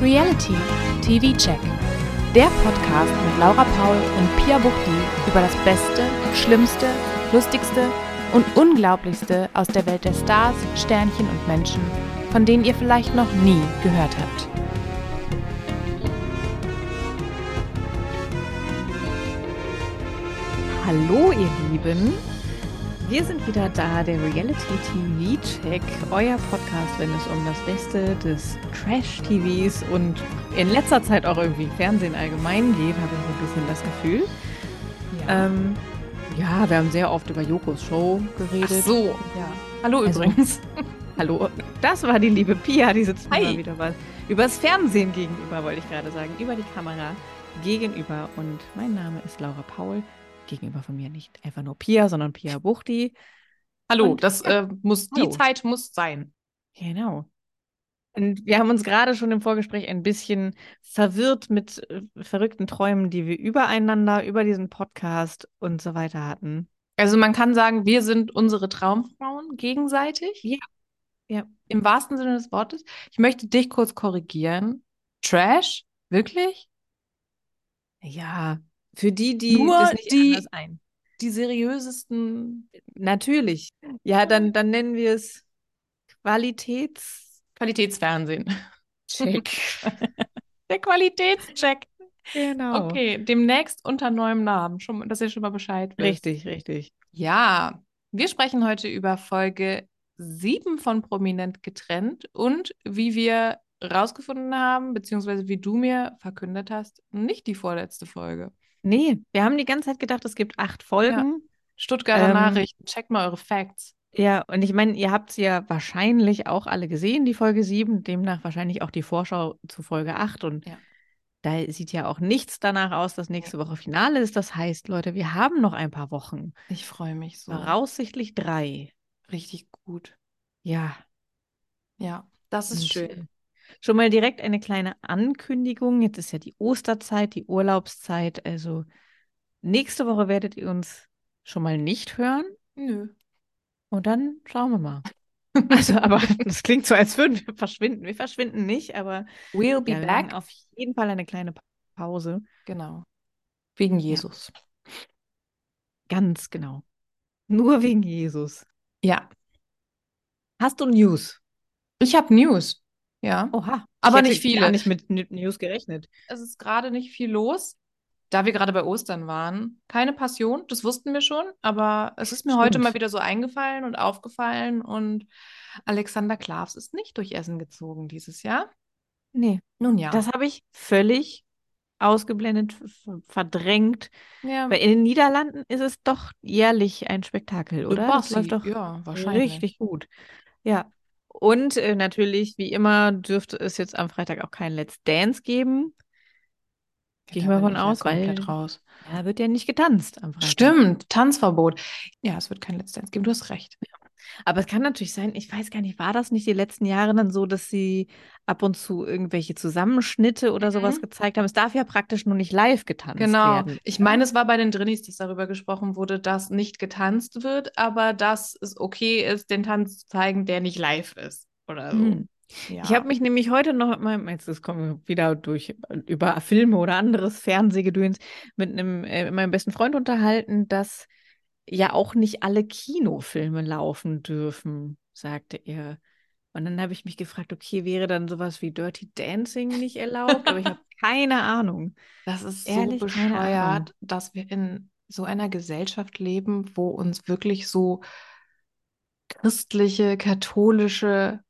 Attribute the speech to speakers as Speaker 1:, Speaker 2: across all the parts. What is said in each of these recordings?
Speaker 1: Reality TV Check. Der Podcast mit Laura Paul und Pia Buchti über das Beste, Schlimmste, Lustigste und Unglaublichste aus der Welt der Stars, Sternchen und Menschen, von denen ihr vielleicht noch nie gehört habt.
Speaker 2: Hallo ihr Lieben, wir sind wieder da, der Reality TV Check, euer Podcast, wenn es um das Beste des Trash-TVs und in letzter Zeit auch irgendwie Fernsehen allgemein geht, habe ich so ein bisschen das Gefühl. Ja. Ähm, ja, wir haben sehr oft über Jokos Show geredet.
Speaker 3: Ach so.
Speaker 2: Ja.
Speaker 3: Hallo
Speaker 2: Also-
Speaker 3: übrigens.
Speaker 2: Hallo, das war die liebe Pia, die sitzt
Speaker 3: Hi.
Speaker 2: immer wieder was. Übers Fernsehen gegenüber, wollte ich gerade sagen. Über die Kamera gegenüber. Und mein Name ist Laura Paul. Gegenüber von mir nicht einfach nur Pia, sondern Pia Buchti.
Speaker 3: Hallo,
Speaker 2: Und-
Speaker 3: das äh, muss die
Speaker 2: Hallo.
Speaker 3: Zeit muss sein.
Speaker 2: Genau. Und wir haben uns gerade schon im Vorgespräch ein bisschen verwirrt mit äh, verrückten Träumen, die wir übereinander, über diesen Podcast und so weiter hatten.
Speaker 3: Also man kann sagen, wir sind unsere Traumfrauen gegenseitig.
Speaker 2: Ja. Ja.
Speaker 3: Im wahrsten Sinne des Wortes. Ich möchte dich kurz korrigieren. Trash? Wirklich?
Speaker 2: Ja, für die, die
Speaker 3: Nur
Speaker 2: das nicht
Speaker 3: die-
Speaker 2: anders ein.
Speaker 3: Die seriösesten
Speaker 2: Natürlich. Ja, dann, dann nennen wir es Qualitäts.
Speaker 3: Qualitätsfernsehen.
Speaker 2: Check.
Speaker 3: Der Qualitätscheck.
Speaker 2: Genau. Okay.
Speaker 3: Okay, demnächst unter neuem Namen. Schon, dass ihr schon mal Bescheid wisst.
Speaker 2: Richtig, richtig.
Speaker 3: Ja, wir sprechen heute über Folge 7 von Prominent getrennt und wie wir rausgefunden haben, beziehungsweise wie du mir verkündet hast, nicht die vorletzte Folge.
Speaker 2: Nee, wir haben die ganze Zeit gedacht, es gibt acht Folgen.
Speaker 3: Stuttgarter
Speaker 2: Ähm,
Speaker 3: Nachrichten, checkt mal eure Facts.
Speaker 2: Ja, und ich meine, ihr habt sie ja wahrscheinlich auch alle gesehen, die Folge 7, demnach wahrscheinlich auch die Vorschau zu Folge 8. Und
Speaker 3: Ja.
Speaker 2: da sieht ja auch nichts danach aus, dass nächste Woche Finale ist. Das heißt, Leute, wir haben noch ein paar Wochen.
Speaker 3: Ich freue mich so.
Speaker 2: Voraussichtlich drei.
Speaker 3: Richtig gut.
Speaker 2: Ja.
Speaker 3: Ja, das ist
Speaker 2: Und,
Speaker 3: schön.
Speaker 2: äh, Schon mal direkt eine kleine Ankündigung. Jetzt ist ja die Osterzeit, die Urlaubszeit. Also nächste Woche werdet ihr uns schon mal nicht hören.
Speaker 3: Nö.
Speaker 2: Und dann schauen wir mal. Also, aber das klingt so, als würden wir verschwinden. Wir verschwinden nicht, aber
Speaker 3: We'll be
Speaker 2: ja, wir machen
Speaker 3: back.
Speaker 2: auf jeden Fall eine kleine Pa- Pause.
Speaker 3: Genau. Wegen Jesus.
Speaker 2: Ganz genau. Nur wegen Jesus.
Speaker 3: Ja,
Speaker 2: Hast du News?
Speaker 3: ich habe News. Ja.
Speaker 2: Oha.
Speaker 3: Aber
Speaker 2: ich hätte
Speaker 3: nicht viele.
Speaker 2: Gar nicht mit N- News gerechnet.
Speaker 3: es ist gerade nicht viel los, da wir gerade bei Ostern waren. Keine Passion, das wussten wir schon, aber es ist mir heute
Speaker 2: Stimmt.
Speaker 3: mal wieder so eingefallen und aufgefallen und Alexander Klavs ist nicht durch Essen gezogen dieses Jahr.
Speaker 2: Nee,
Speaker 3: Nun ja.
Speaker 2: das habe ich völlig ausgeblendet, v- verdrängt.
Speaker 3: ja,
Speaker 2: Weil in den Niederlanden ist es doch jährlich ein Spektakel,
Speaker 3: du
Speaker 2: oder?
Speaker 3: brauchst
Speaker 2: Das läuft
Speaker 3: sie.
Speaker 2: doch
Speaker 3: ja, wahrscheinlich.
Speaker 2: richtig gut. Ja. Und äh, natürlich, wie immer, dürfte es jetzt am Freitag auch kein Let's Dance geben.
Speaker 3: Ja,
Speaker 2: Gehe ich
Speaker 3: da
Speaker 2: mal
Speaker 3: bin
Speaker 2: von
Speaker 3: ja
Speaker 2: aus,
Speaker 3: komplett
Speaker 2: weil-
Speaker 3: raus.
Speaker 2: Da wird ja nicht getanzt am Freitag.
Speaker 3: Stimmt, Tanzverbot. Ja, es wird kein Let's Dance geben, du hast recht.
Speaker 2: Aber es kann natürlich sein, ich weiß gar nicht, war das nicht die letzten Jahre dann so, dass sie ab und zu irgendwelche Zusammenschnitte oder sowas
Speaker 3: Mhm.
Speaker 2: gezeigt haben? Es darf ja praktisch nur nicht live getanzt
Speaker 3: Genau.
Speaker 2: werden.
Speaker 3: Ich meine, es war bei den Drinnies, dass darüber gesprochen wurde, dass nicht getanzt wird, aber dass es okay ist, den Tanz zu zeigen, der nicht live ist. Oder so.
Speaker 2: Hm. Ich
Speaker 3: Ja.
Speaker 2: habe mich nämlich heute noch mit meinem, jetzt das kommen wir wieder durch über Filme oder anderes Fernsehgedöns, mit einem, äh, mit meinem besten Freund unterhalten, dass ja auch nicht alle Kinofilme laufen dürfen, sagte er. Und dann habe ich mich gefragt, okay, wäre dann sowas wie Dirty Dancing nicht erlaubt? Aber ich habe keine Ahnung.
Speaker 3: Das ist so
Speaker 2: Ehrlich, keine Ahnung.
Speaker 3: bescheuert, dass wir in so einer Gesellschaft leben, wo uns wirklich so christliche, katholische,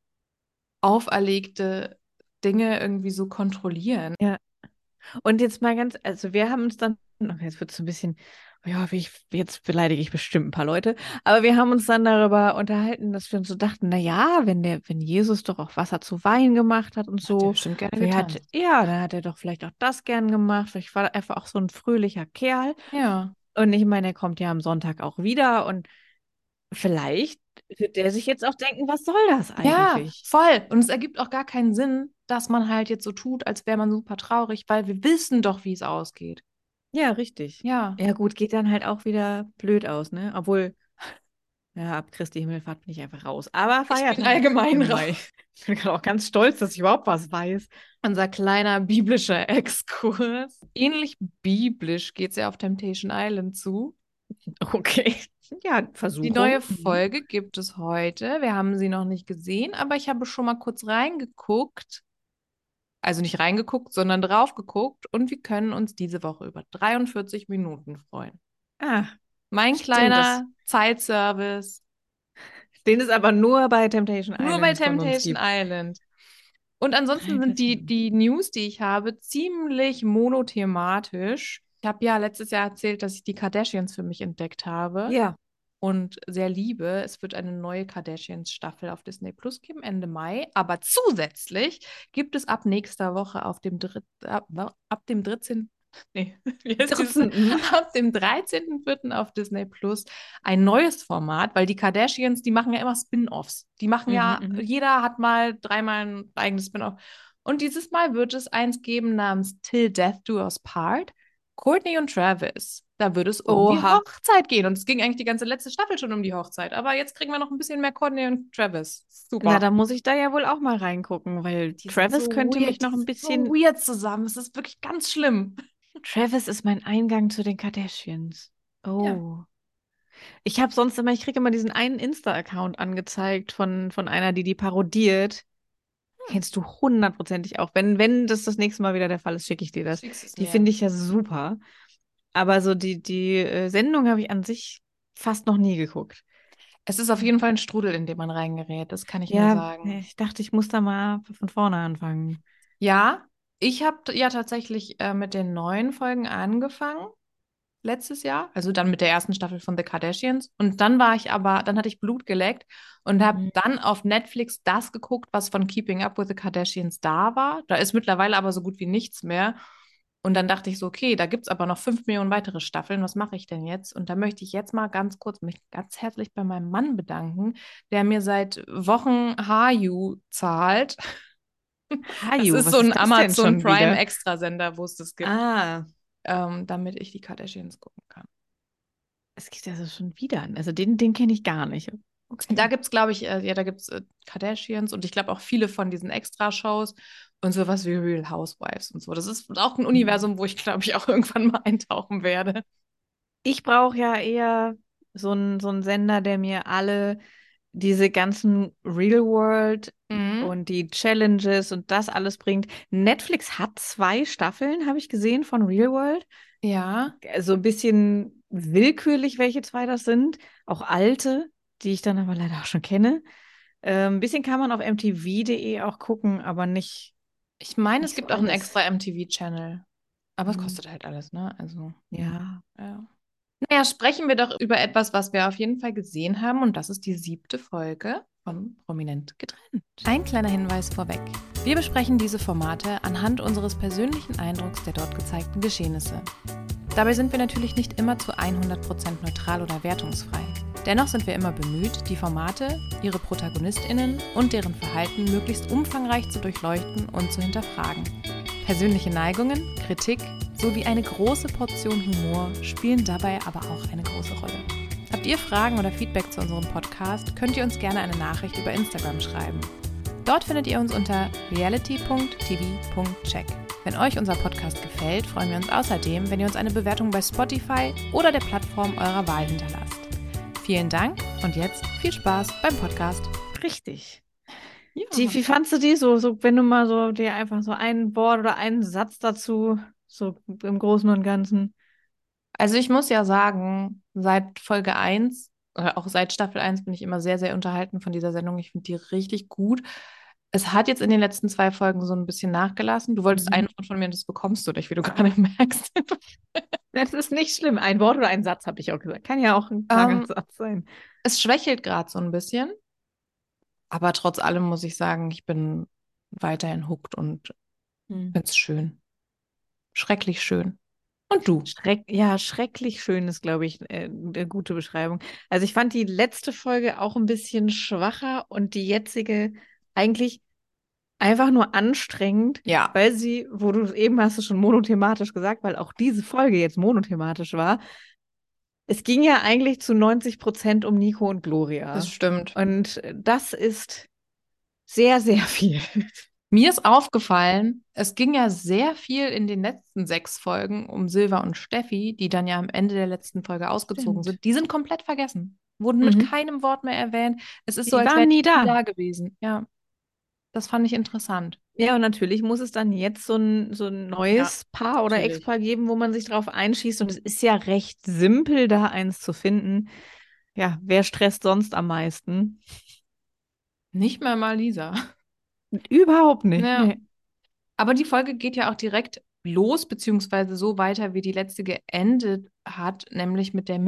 Speaker 3: auferlegte Dinge irgendwie so kontrollieren.
Speaker 2: Und jetzt mal ganz, also wir haben uns dann, oh, jetzt wird es ein bisschen, ja, wie ich, jetzt beleidige ich bestimmt ein paar Leute, aber wir haben uns dann darüber unterhalten, dass wir uns so dachten, na ja, wenn der, wenn Jesus doch auch Wasser zu Wein gemacht hat und
Speaker 3: Hat der
Speaker 2: so,
Speaker 3: bestimmt gerne
Speaker 2: wer hat,
Speaker 3: getanzt.
Speaker 2: ja, dann hat er doch vielleicht auch das gern gemacht, vielleicht war er einfach auch so ein fröhlicher Kerl.
Speaker 3: Ja.
Speaker 2: Und ich meine, er kommt ja am Sonntag auch wieder und vielleicht wird der sich jetzt auch denken, was soll das
Speaker 3: Ja,
Speaker 2: eigentlich?
Speaker 3: voll. Und es ergibt auch gar keinen Sinn, dass man halt jetzt so tut, als wäre man super traurig, weil wir wissen doch, wie es ausgeht.
Speaker 2: Ja, richtig.
Speaker 3: Ja.
Speaker 2: Ja, gut, geht dann halt auch wieder blöd aus, ne? Obwohl, Ja, ab Christi Himmelfahrt bin ich einfach raus. Aber
Speaker 3: bin
Speaker 2: Feiertag.
Speaker 3: allgemein
Speaker 2: raus. Ich bin gerade auch ganz stolz, dass ich überhaupt was weiß.
Speaker 3: Unser kleiner biblischer Exkurs. Ähnlich biblisch geht es ja auf Temptation Island zu.
Speaker 2: Okay. Ja, Versuchung.
Speaker 3: Die neue Folge gibt es heute. Wir haben sie noch nicht gesehen, aber ich habe schon mal kurz reingeguckt. Also nicht reingeguckt, sondern drauf geguckt. Und wir können uns diese Woche über 43 Minuten freuen.
Speaker 2: Ah,
Speaker 3: Mein
Speaker 2: Stimmt,
Speaker 3: kleiner Zeitservice.
Speaker 2: den ist aber nur bei Temptation
Speaker 3: Nur
Speaker 2: Island
Speaker 3: bei
Speaker 2: von uns
Speaker 3: Temptation
Speaker 2: gibt.
Speaker 3: Island. Und ansonsten sind die, die News, die ich habe, ziemlich monothematisch. Ich habe ja letztes Jahr erzählt, dass ich die Kardashians für mich entdeckt habe.
Speaker 2: Ja.
Speaker 3: und sehr liebe. Es wird eine neue Kardashians-Staffel auf Disney Plus geben, Ende Mai. Aber zusätzlich gibt es ab nächster Woche auf dem dritt, ab, ab dem 13. Nee, wie heißt dieses? ab dem 13.04. auf Disney Plus ein neues Format, weil die Kardashians, die machen ja immer Spin-offs. Die machen
Speaker 2: Mhm,
Speaker 3: ja,
Speaker 2: mhm.
Speaker 3: jeder hat mal dreimal ein eigenes Spin-off. Und dieses Mal wird es eins geben namens Till Death Do Us Part, Courtney und Travis. Da würde es um die
Speaker 2: Oha.
Speaker 3: Hochzeit gehen. Und es ging eigentlich die ganze letzte Staffel schon um die Hochzeit. Aber jetzt kriegen wir noch ein bisschen mehr Courtney und Travis. Super.
Speaker 2: Na, da muss ich da ja wohl auch mal reingucken, weil
Speaker 3: Die sind
Speaker 2: Travis
Speaker 3: so
Speaker 2: könnte
Speaker 3: weird,
Speaker 2: mich
Speaker 3: die
Speaker 2: noch ein
Speaker 3: sind
Speaker 2: bisschen.
Speaker 3: So weird zusammen. Es ist wirklich ganz schlimm.
Speaker 2: Travis ist mein Eingang zu den Kardashians. Oh. Ich habe sonst immer, ich kriege immer diesen einen Insta-Account angezeigt von, von einer, die die parodiert. Kennst du hundertprozentig auch. Wenn, wenn das das nächste Mal wieder der Fall ist, schicke ich dir das. Die finde ich ja super. Aber so die, die äh, Sendung habe ich an sich fast noch nie geguckt.
Speaker 3: Es ist auf jeden Fall ein Strudel, in den man reingerät. Das kann ich nur sagen.
Speaker 2: ich dachte, ich muss da mal von vorne anfangen.
Speaker 3: Ja, ich habe ja tatsächlich äh, mit den neuen Folgen angefangen letztes Jahr, also dann mit der ersten Staffel von The Kardashians und dann war ich aber, dann hatte ich Blut geleckt und habe
Speaker 2: Mhm.
Speaker 3: dann auf Netflix das geguckt, was von Keeping Up with the Kardashians da war. Da ist mittlerweile aber so gut wie nichts mehr. Und dann dachte ich so, okay, da gibt es aber noch fünf Millionen weitere Staffeln. Was mache ich denn jetzt? Und da möchte ich jetzt mal ganz kurz mich ganz herzlich bei meinem Mann bedanken, der mir seit Wochen HU zahlt.
Speaker 2: Hajo,
Speaker 3: Es ist
Speaker 2: Ah, was
Speaker 3: so ein
Speaker 2: das denn schon
Speaker 3: Amazon
Speaker 2: wieder?
Speaker 3: Prime Extrasender, wo es das gibt,
Speaker 2: Ah,
Speaker 3: ähm, damit ich die Kardashians gucken kann.
Speaker 2: es gibt also schon wieder. einen. Also den, den kenne ich gar nicht. Okay.
Speaker 3: Da gibt es, glaube ich, äh, ja, da gibt es äh, Kardashians und ich glaube auch viele von diesen Extrashows und sowas wie Real Housewives und so. Das ist auch ein Universum, wo ich, glaube ich, auch irgendwann mal eintauchen werde.
Speaker 2: Ich brauche ja eher so einen so einen Sender, der mir alle diese ganzen Real World
Speaker 3: Und
Speaker 2: und die Challenges und das alles bringt. Netflix hat zwei Staffeln, habe ich gesehen, von Real World.
Speaker 3: ja,
Speaker 2: So ein bisschen willkürlich, welche zwei das sind. Auch alte, die ich dann aber leider auch schon kenne. Ähm, ein bisschen kann man auf mtv.de E auch gucken, aber nicht.
Speaker 3: ich meine, es
Speaker 2: Nicht so
Speaker 3: gibt auch einen
Speaker 2: alles.
Speaker 3: extra MTV-Channel. Aber es
Speaker 2: Mhm.
Speaker 3: kostet halt alles, ne? Also.
Speaker 2: Ja.
Speaker 3: Ja. Naja, sprechen wir doch über etwas, was wir auf jeden Fall gesehen haben, und das ist die siebte Folge von Prominent getrennt. Ein kleiner Hinweis vorweg. Wir besprechen diese Formate anhand unseres persönlichen Eindrucks der dort gezeigten Geschehnisse. Dabei sind wir natürlich nicht immer zu 100% neutral oder wertungsfrei. Dennoch sind wir immer bemüht, die Formate, ihre Protagonistinnen und deren Verhalten möglichst umfangreich zu durchleuchten und zu hinterfragen. Persönliche Neigungen, Kritik sowie eine große Portion Humor spielen dabei aber auch eine große Rolle. Habt ihr Fragen oder Feedback zu unserem Podcast, könnt ihr uns gerne eine Nachricht über Instagram schreiben. Dort findet ihr uns unter reality.tv.check. Wenn euch unser Podcast gefällt, freuen wir uns außerdem, wenn ihr uns eine Bewertung bei Spotify oder der Plattform eurer Wahl hinterlasst. Vielen Dank und jetzt viel Spaß beim Podcast.
Speaker 2: Richtig. Die, wie fandst du die so, so, wenn du mal so dir einfach so ein Wort oder einen Satz dazu, so im Großen und Ganzen?
Speaker 3: Also ich muss ja sagen, seit Folge 1 oder auch seit Staffel 1 bin ich immer sehr, sehr unterhalten von dieser Sendung. Ich finde die richtig gut. Es hat jetzt in den letzten zwei Folgen so ein bisschen nachgelassen. Du wolltest
Speaker 2: Mhm.
Speaker 3: ein Wort von mir und das bekommst du nicht, wie du gerade merkst.
Speaker 2: Das ist nicht schlimm. Ein Wort oder ein Satz, habe ich auch gesagt. Kann ja auch ein langer
Speaker 3: Ähm,
Speaker 2: Satz sein.
Speaker 3: Es schwächelt gerade so ein bisschen. Aber trotz allem muss ich sagen, ich bin weiterhin hooked und
Speaker 2: hm.
Speaker 3: finde es schön. Schrecklich schön. Und du?
Speaker 2: Schreck, ja, schrecklich schön ist, glaube ich, äh, eine gute Beschreibung. Also ich fand die letzte Folge auch ein bisschen schwacher und die jetzige eigentlich einfach nur anstrengend,
Speaker 3: Ja.
Speaker 2: weil sie, wo du es eben hast du schon monothematisch gesagt, weil auch diese Folge jetzt monothematisch war, es ging ja eigentlich zu 90 Prozent um Nico und Gloria.
Speaker 3: Das stimmt.
Speaker 2: und das ist sehr, sehr viel.
Speaker 3: Mir ist aufgefallen, es ging ja sehr viel in den letzten sechs Folgen um Silva und Steffi, die dann ja am Ende der letzten Folge ausgezogen
Speaker 2: Stimmt.
Speaker 3: sind. Die sind komplett vergessen. Wurden
Speaker 2: Mhm.
Speaker 3: mit keinem Wort mehr erwähnt. Es ist
Speaker 2: Die
Speaker 3: so, als
Speaker 2: waren
Speaker 3: wären
Speaker 2: nie
Speaker 3: die
Speaker 2: da.
Speaker 3: gewesen. Ja. Das fand ich interessant.
Speaker 2: Ja, und natürlich muss es dann jetzt so ein, so ein neues Paar oder
Speaker 3: natürlich.
Speaker 2: Ex-Paar geben, wo man sich drauf einschießt. Und es ist ja recht simpel, da eins zu finden. Ja, wer stresst sonst am meisten?
Speaker 3: Nicht mehr mal Lisa.
Speaker 2: Überhaupt nicht.
Speaker 3: Ja.
Speaker 2: Nee.
Speaker 3: Aber die Folge geht ja auch direkt los, beziehungsweise so weiter, wie die letzte geendet hat, nämlich mit der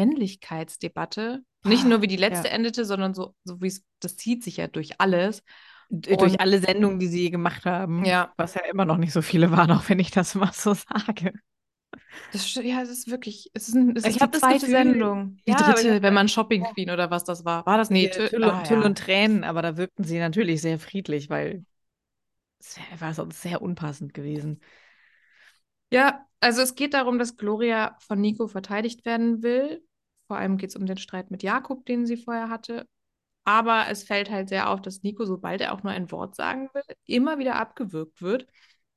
Speaker 3: Männlichkeitsdebatte.
Speaker 2: Ah,
Speaker 3: Nicht nur wie die letzte endete, sondern so, so wie es, das zieht sich ja durch alles.
Speaker 2: D-
Speaker 3: Und-
Speaker 2: Durch alle Sendungen, die sie je gemacht haben.
Speaker 3: Ja,
Speaker 2: Was ja immer noch nicht so viele waren, auch wenn ich das mal so sage.
Speaker 3: das, st- ja, es ist wirklich, es ist, ein, es
Speaker 2: Ich
Speaker 3: ist die
Speaker 2: hab das
Speaker 3: zweite
Speaker 2: Gefühl-
Speaker 3: Sendung. Die
Speaker 2: Ja, aber ich
Speaker 3: dritte,
Speaker 2: hab-
Speaker 3: wenn man Shopping Queen oder was das war. War das? Nee,
Speaker 2: Nee,
Speaker 3: Tü-
Speaker 2: Tüll,
Speaker 3: ah,
Speaker 2: Tüll
Speaker 3: ja.
Speaker 2: und Tränen, aber da wirkten sie natürlich sehr friedlich, weil es wär- war sonst sehr unpassend gewesen.
Speaker 3: Ja, also es geht darum, dass Gloria von Nico verteidigt werden will. Vor allem geht es um den Streit mit Jakob, den sie vorher hatte. Aber es fällt halt sehr auf, dass Nico, sobald er auch nur ein Wort sagen will, immer wieder abgewürgt wird.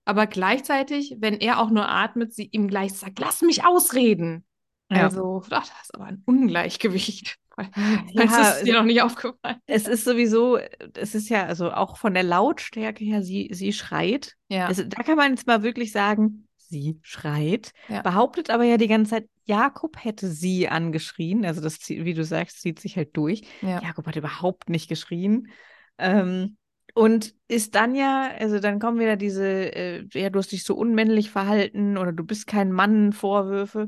Speaker 3: Aber gleichzeitig, wenn er auch nur atmet, sie ihm gleich sagt, lass mich ausreden.
Speaker 2: Ja. Ah,
Speaker 3: Also, ach, das ist aber ein Ungleichgewicht. Das
Speaker 2: Ja,
Speaker 3: ist dir noch nicht aufgefallen.
Speaker 2: Es ist sowieso, es ist ja, also auch von der Lautstärke her, sie, sie schreit.
Speaker 3: Ja.
Speaker 2: Also, da kann man jetzt mal wirklich sagen, sie schreit.
Speaker 3: Ja.
Speaker 2: Behauptet aber ja die ganze Zeit, Jakob hätte sie angeschrien. Also, das, zie- wie du sagst, zieht sich halt durch.
Speaker 3: ja.
Speaker 2: Jakob hat überhaupt nicht geschrien. Ähm, und ist dann ja, also dann kommen wieder diese, äh, ja, du hast dich so unmännlich verhalten oder du bist kein Mann, Vorwürfe.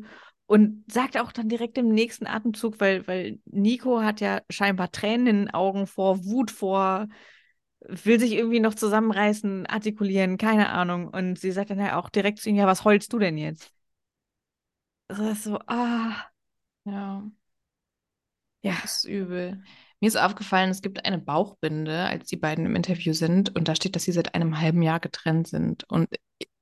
Speaker 2: Und sagt auch dann direkt im nächsten Atemzug, weil, weil Nico hat ja scheinbar Tränen in den Augen vor, Wut vor, will sich irgendwie noch zusammenreißen, artikulieren, keine Ahnung. Und sie sagt dann ja auch direkt zu ihm, ja, was heulst du denn jetzt? Also das ist so, ah,
Speaker 3: ja.
Speaker 2: ja.
Speaker 3: Das ist übel. Mir ist aufgefallen, es gibt eine Bauchbinde, als die beiden im Interview sind, und da steht, dass sie seit einem halben Jahr getrennt sind. Und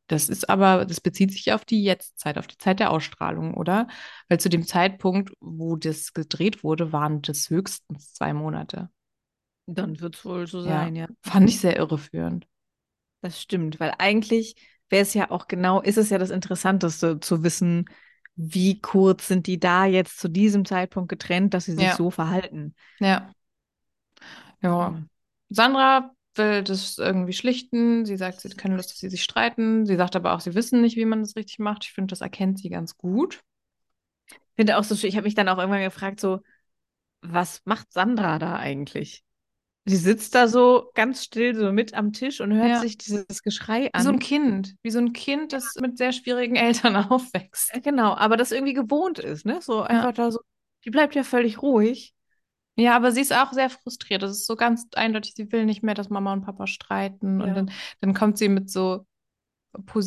Speaker 3: das ist aber, das bezieht sich auf die Jetztzeit, auf die Zeit der Ausstrahlung, oder? Weil zu dem Zeitpunkt, wo das gedreht wurde, waren das höchstens zwei Monate.
Speaker 2: Dann wird es wohl so
Speaker 3: Ja.
Speaker 2: sein, ja.
Speaker 3: Fand ich sehr irreführend.
Speaker 2: Das stimmt, weil eigentlich wäre es ja auch genau, ist es ja das Interessanteste zu wissen, wie kurz sind die da jetzt zu diesem Zeitpunkt getrennt, dass sie sich
Speaker 3: Ja.
Speaker 2: so verhalten.
Speaker 3: Ja. Ja. Sandra will das irgendwie schlichten. Sie sagt, sie hat keine Lust, dass sie sich streiten. Sie sagt aber auch, sie wissen nicht, wie man das richtig macht. Ich finde, das erkennt sie ganz gut.
Speaker 2: Ich finde auch so schön, ich habe mich dann auch irgendwann gefragt, so, was macht Sandra da eigentlich? Sie sitzt da so ganz still so mit am Tisch und hört
Speaker 3: Ja.
Speaker 2: sich dieses Geschrei
Speaker 3: Wie so ein
Speaker 2: an.
Speaker 3: Kind, wie so ein Kind, das mit sehr schwierigen Eltern aufwächst.
Speaker 2: Äh, Genau, aber das irgendwie gewohnt ist, ne? So einfach da so, die bleibt ja völlig ruhig.
Speaker 3: Ja, aber sie ist auch sehr frustriert. Das ist so ganz eindeutig, sie will nicht mehr, dass Mama und Papa streiten. Und
Speaker 2: Ja.
Speaker 3: dann, dann kommt sie mit so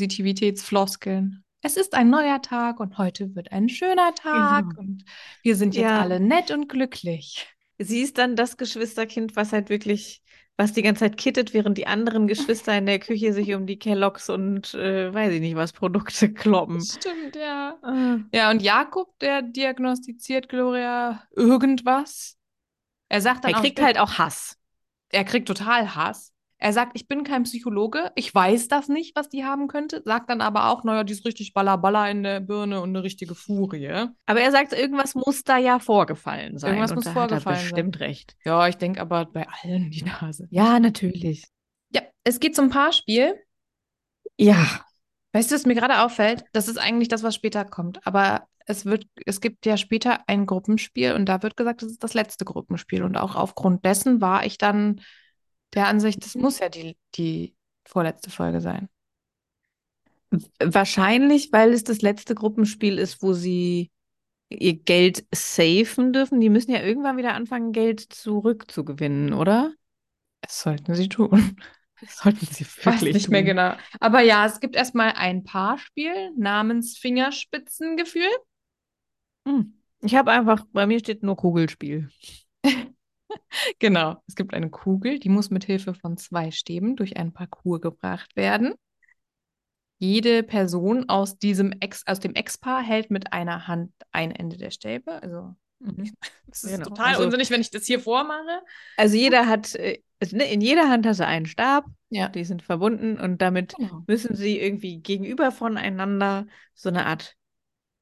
Speaker 3: Positivitätsfloskeln. Es ist ein neuer Tag und heute wird ein schöner Tag
Speaker 2: Genau.
Speaker 3: und wir sind jetzt
Speaker 2: Ja.
Speaker 3: alle nett und glücklich.
Speaker 2: Sie ist dann das Geschwisterkind, was halt wirklich, was die ganze Zeit kittet, während die anderen Geschwister in der Küche sich um die Kelloggs und äh, weiß ich nicht was Produkte kloppen.
Speaker 3: Stimmt, ja.
Speaker 2: Ah.
Speaker 3: Ja, und Jakob, der diagnostiziert Gloria irgendwas. Er sagt dann
Speaker 2: Er
Speaker 3: auch
Speaker 2: kriegt
Speaker 3: später-
Speaker 2: halt auch Hass.
Speaker 3: er kriegt total Hass. Er sagt, ich bin kein Psychologe, ich weiß das nicht, was die haben könnte, sagt dann aber auch, naja, die ist richtig balla in der Birne und eine richtige Furie.
Speaker 2: Aber er sagt, irgendwas muss da ja vorgefallen sein.
Speaker 3: Irgendwas
Speaker 2: und
Speaker 3: muss
Speaker 2: da
Speaker 3: vorgefallen
Speaker 2: hat er
Speaker 3: sein.
Speaker 2: bestimmt recht.
Speaker 3: Ja, ich denke aber bei allen die Nase.
Speaker 2: Ja, natürlich.
Speaker 3: Ja, es geht zum Paarspiel.
Speaker 2: Ja.
Speaker 3: Weißt du, was mir gerade auffällt? Das ist eigentlich das, was später kommt. Aber es wird, es gibt ja später ein Gruppenspiel und da wird gesagt, das ist das letzte Gruppenspiel. Und auch aufgrund dessen war ich dann der Ansicht, das muss ja die, die vorletzte Folge sein.
Speaker 2: Wahrscheinlich, weil es das letzte Gruppenspiel ist, wo sie ihr Geld safen dürfen. Die müssen ja irgendwann wieder anfangen, Geld zurückzugewinnen, oder?
Speaker 3: Das sollten sie tun.
Speaker 2: Sollten sie
Speaker 3: Weiß
Speaker 2: wirklich
Speaker 3: nicht mehr
Speaker 2: tun.
Speaker 3: genau. Aber ja, es gibt erstmal ein Paarspiel namens Fingerspitzengefühl.
Speaker 2: Hm. Ich habe einfach, bei mir steht nur Kugelspiel.
Speaker 3: Genau. Es gibt eine Kugel, die muss mit Hilfe von zwei Stäben durch einen Parcours gebracht werden. jede Person aus diesem Ex, aus dem Ex-Paar hält mit einer Hand ein Ende der Stäbe. Also
Speaker 2: Mhm.
Speaker 3: es ist
Speaker 2: Genau.
Speaker 3: total
Speaker 2: Also-
Speaker 3: unsinnig, wenn ich das hier vormache.
Speaker 2: Also jeder hat, äh, also, ne, in jeder Hand hast du einen Stab,
Speaker 3: Ja.
Speaker 2: die sind verbunden und damit
Speaker 3: Genau.
Speaker 2: müssen sie irgendwie gegenüber voneinander so eine Art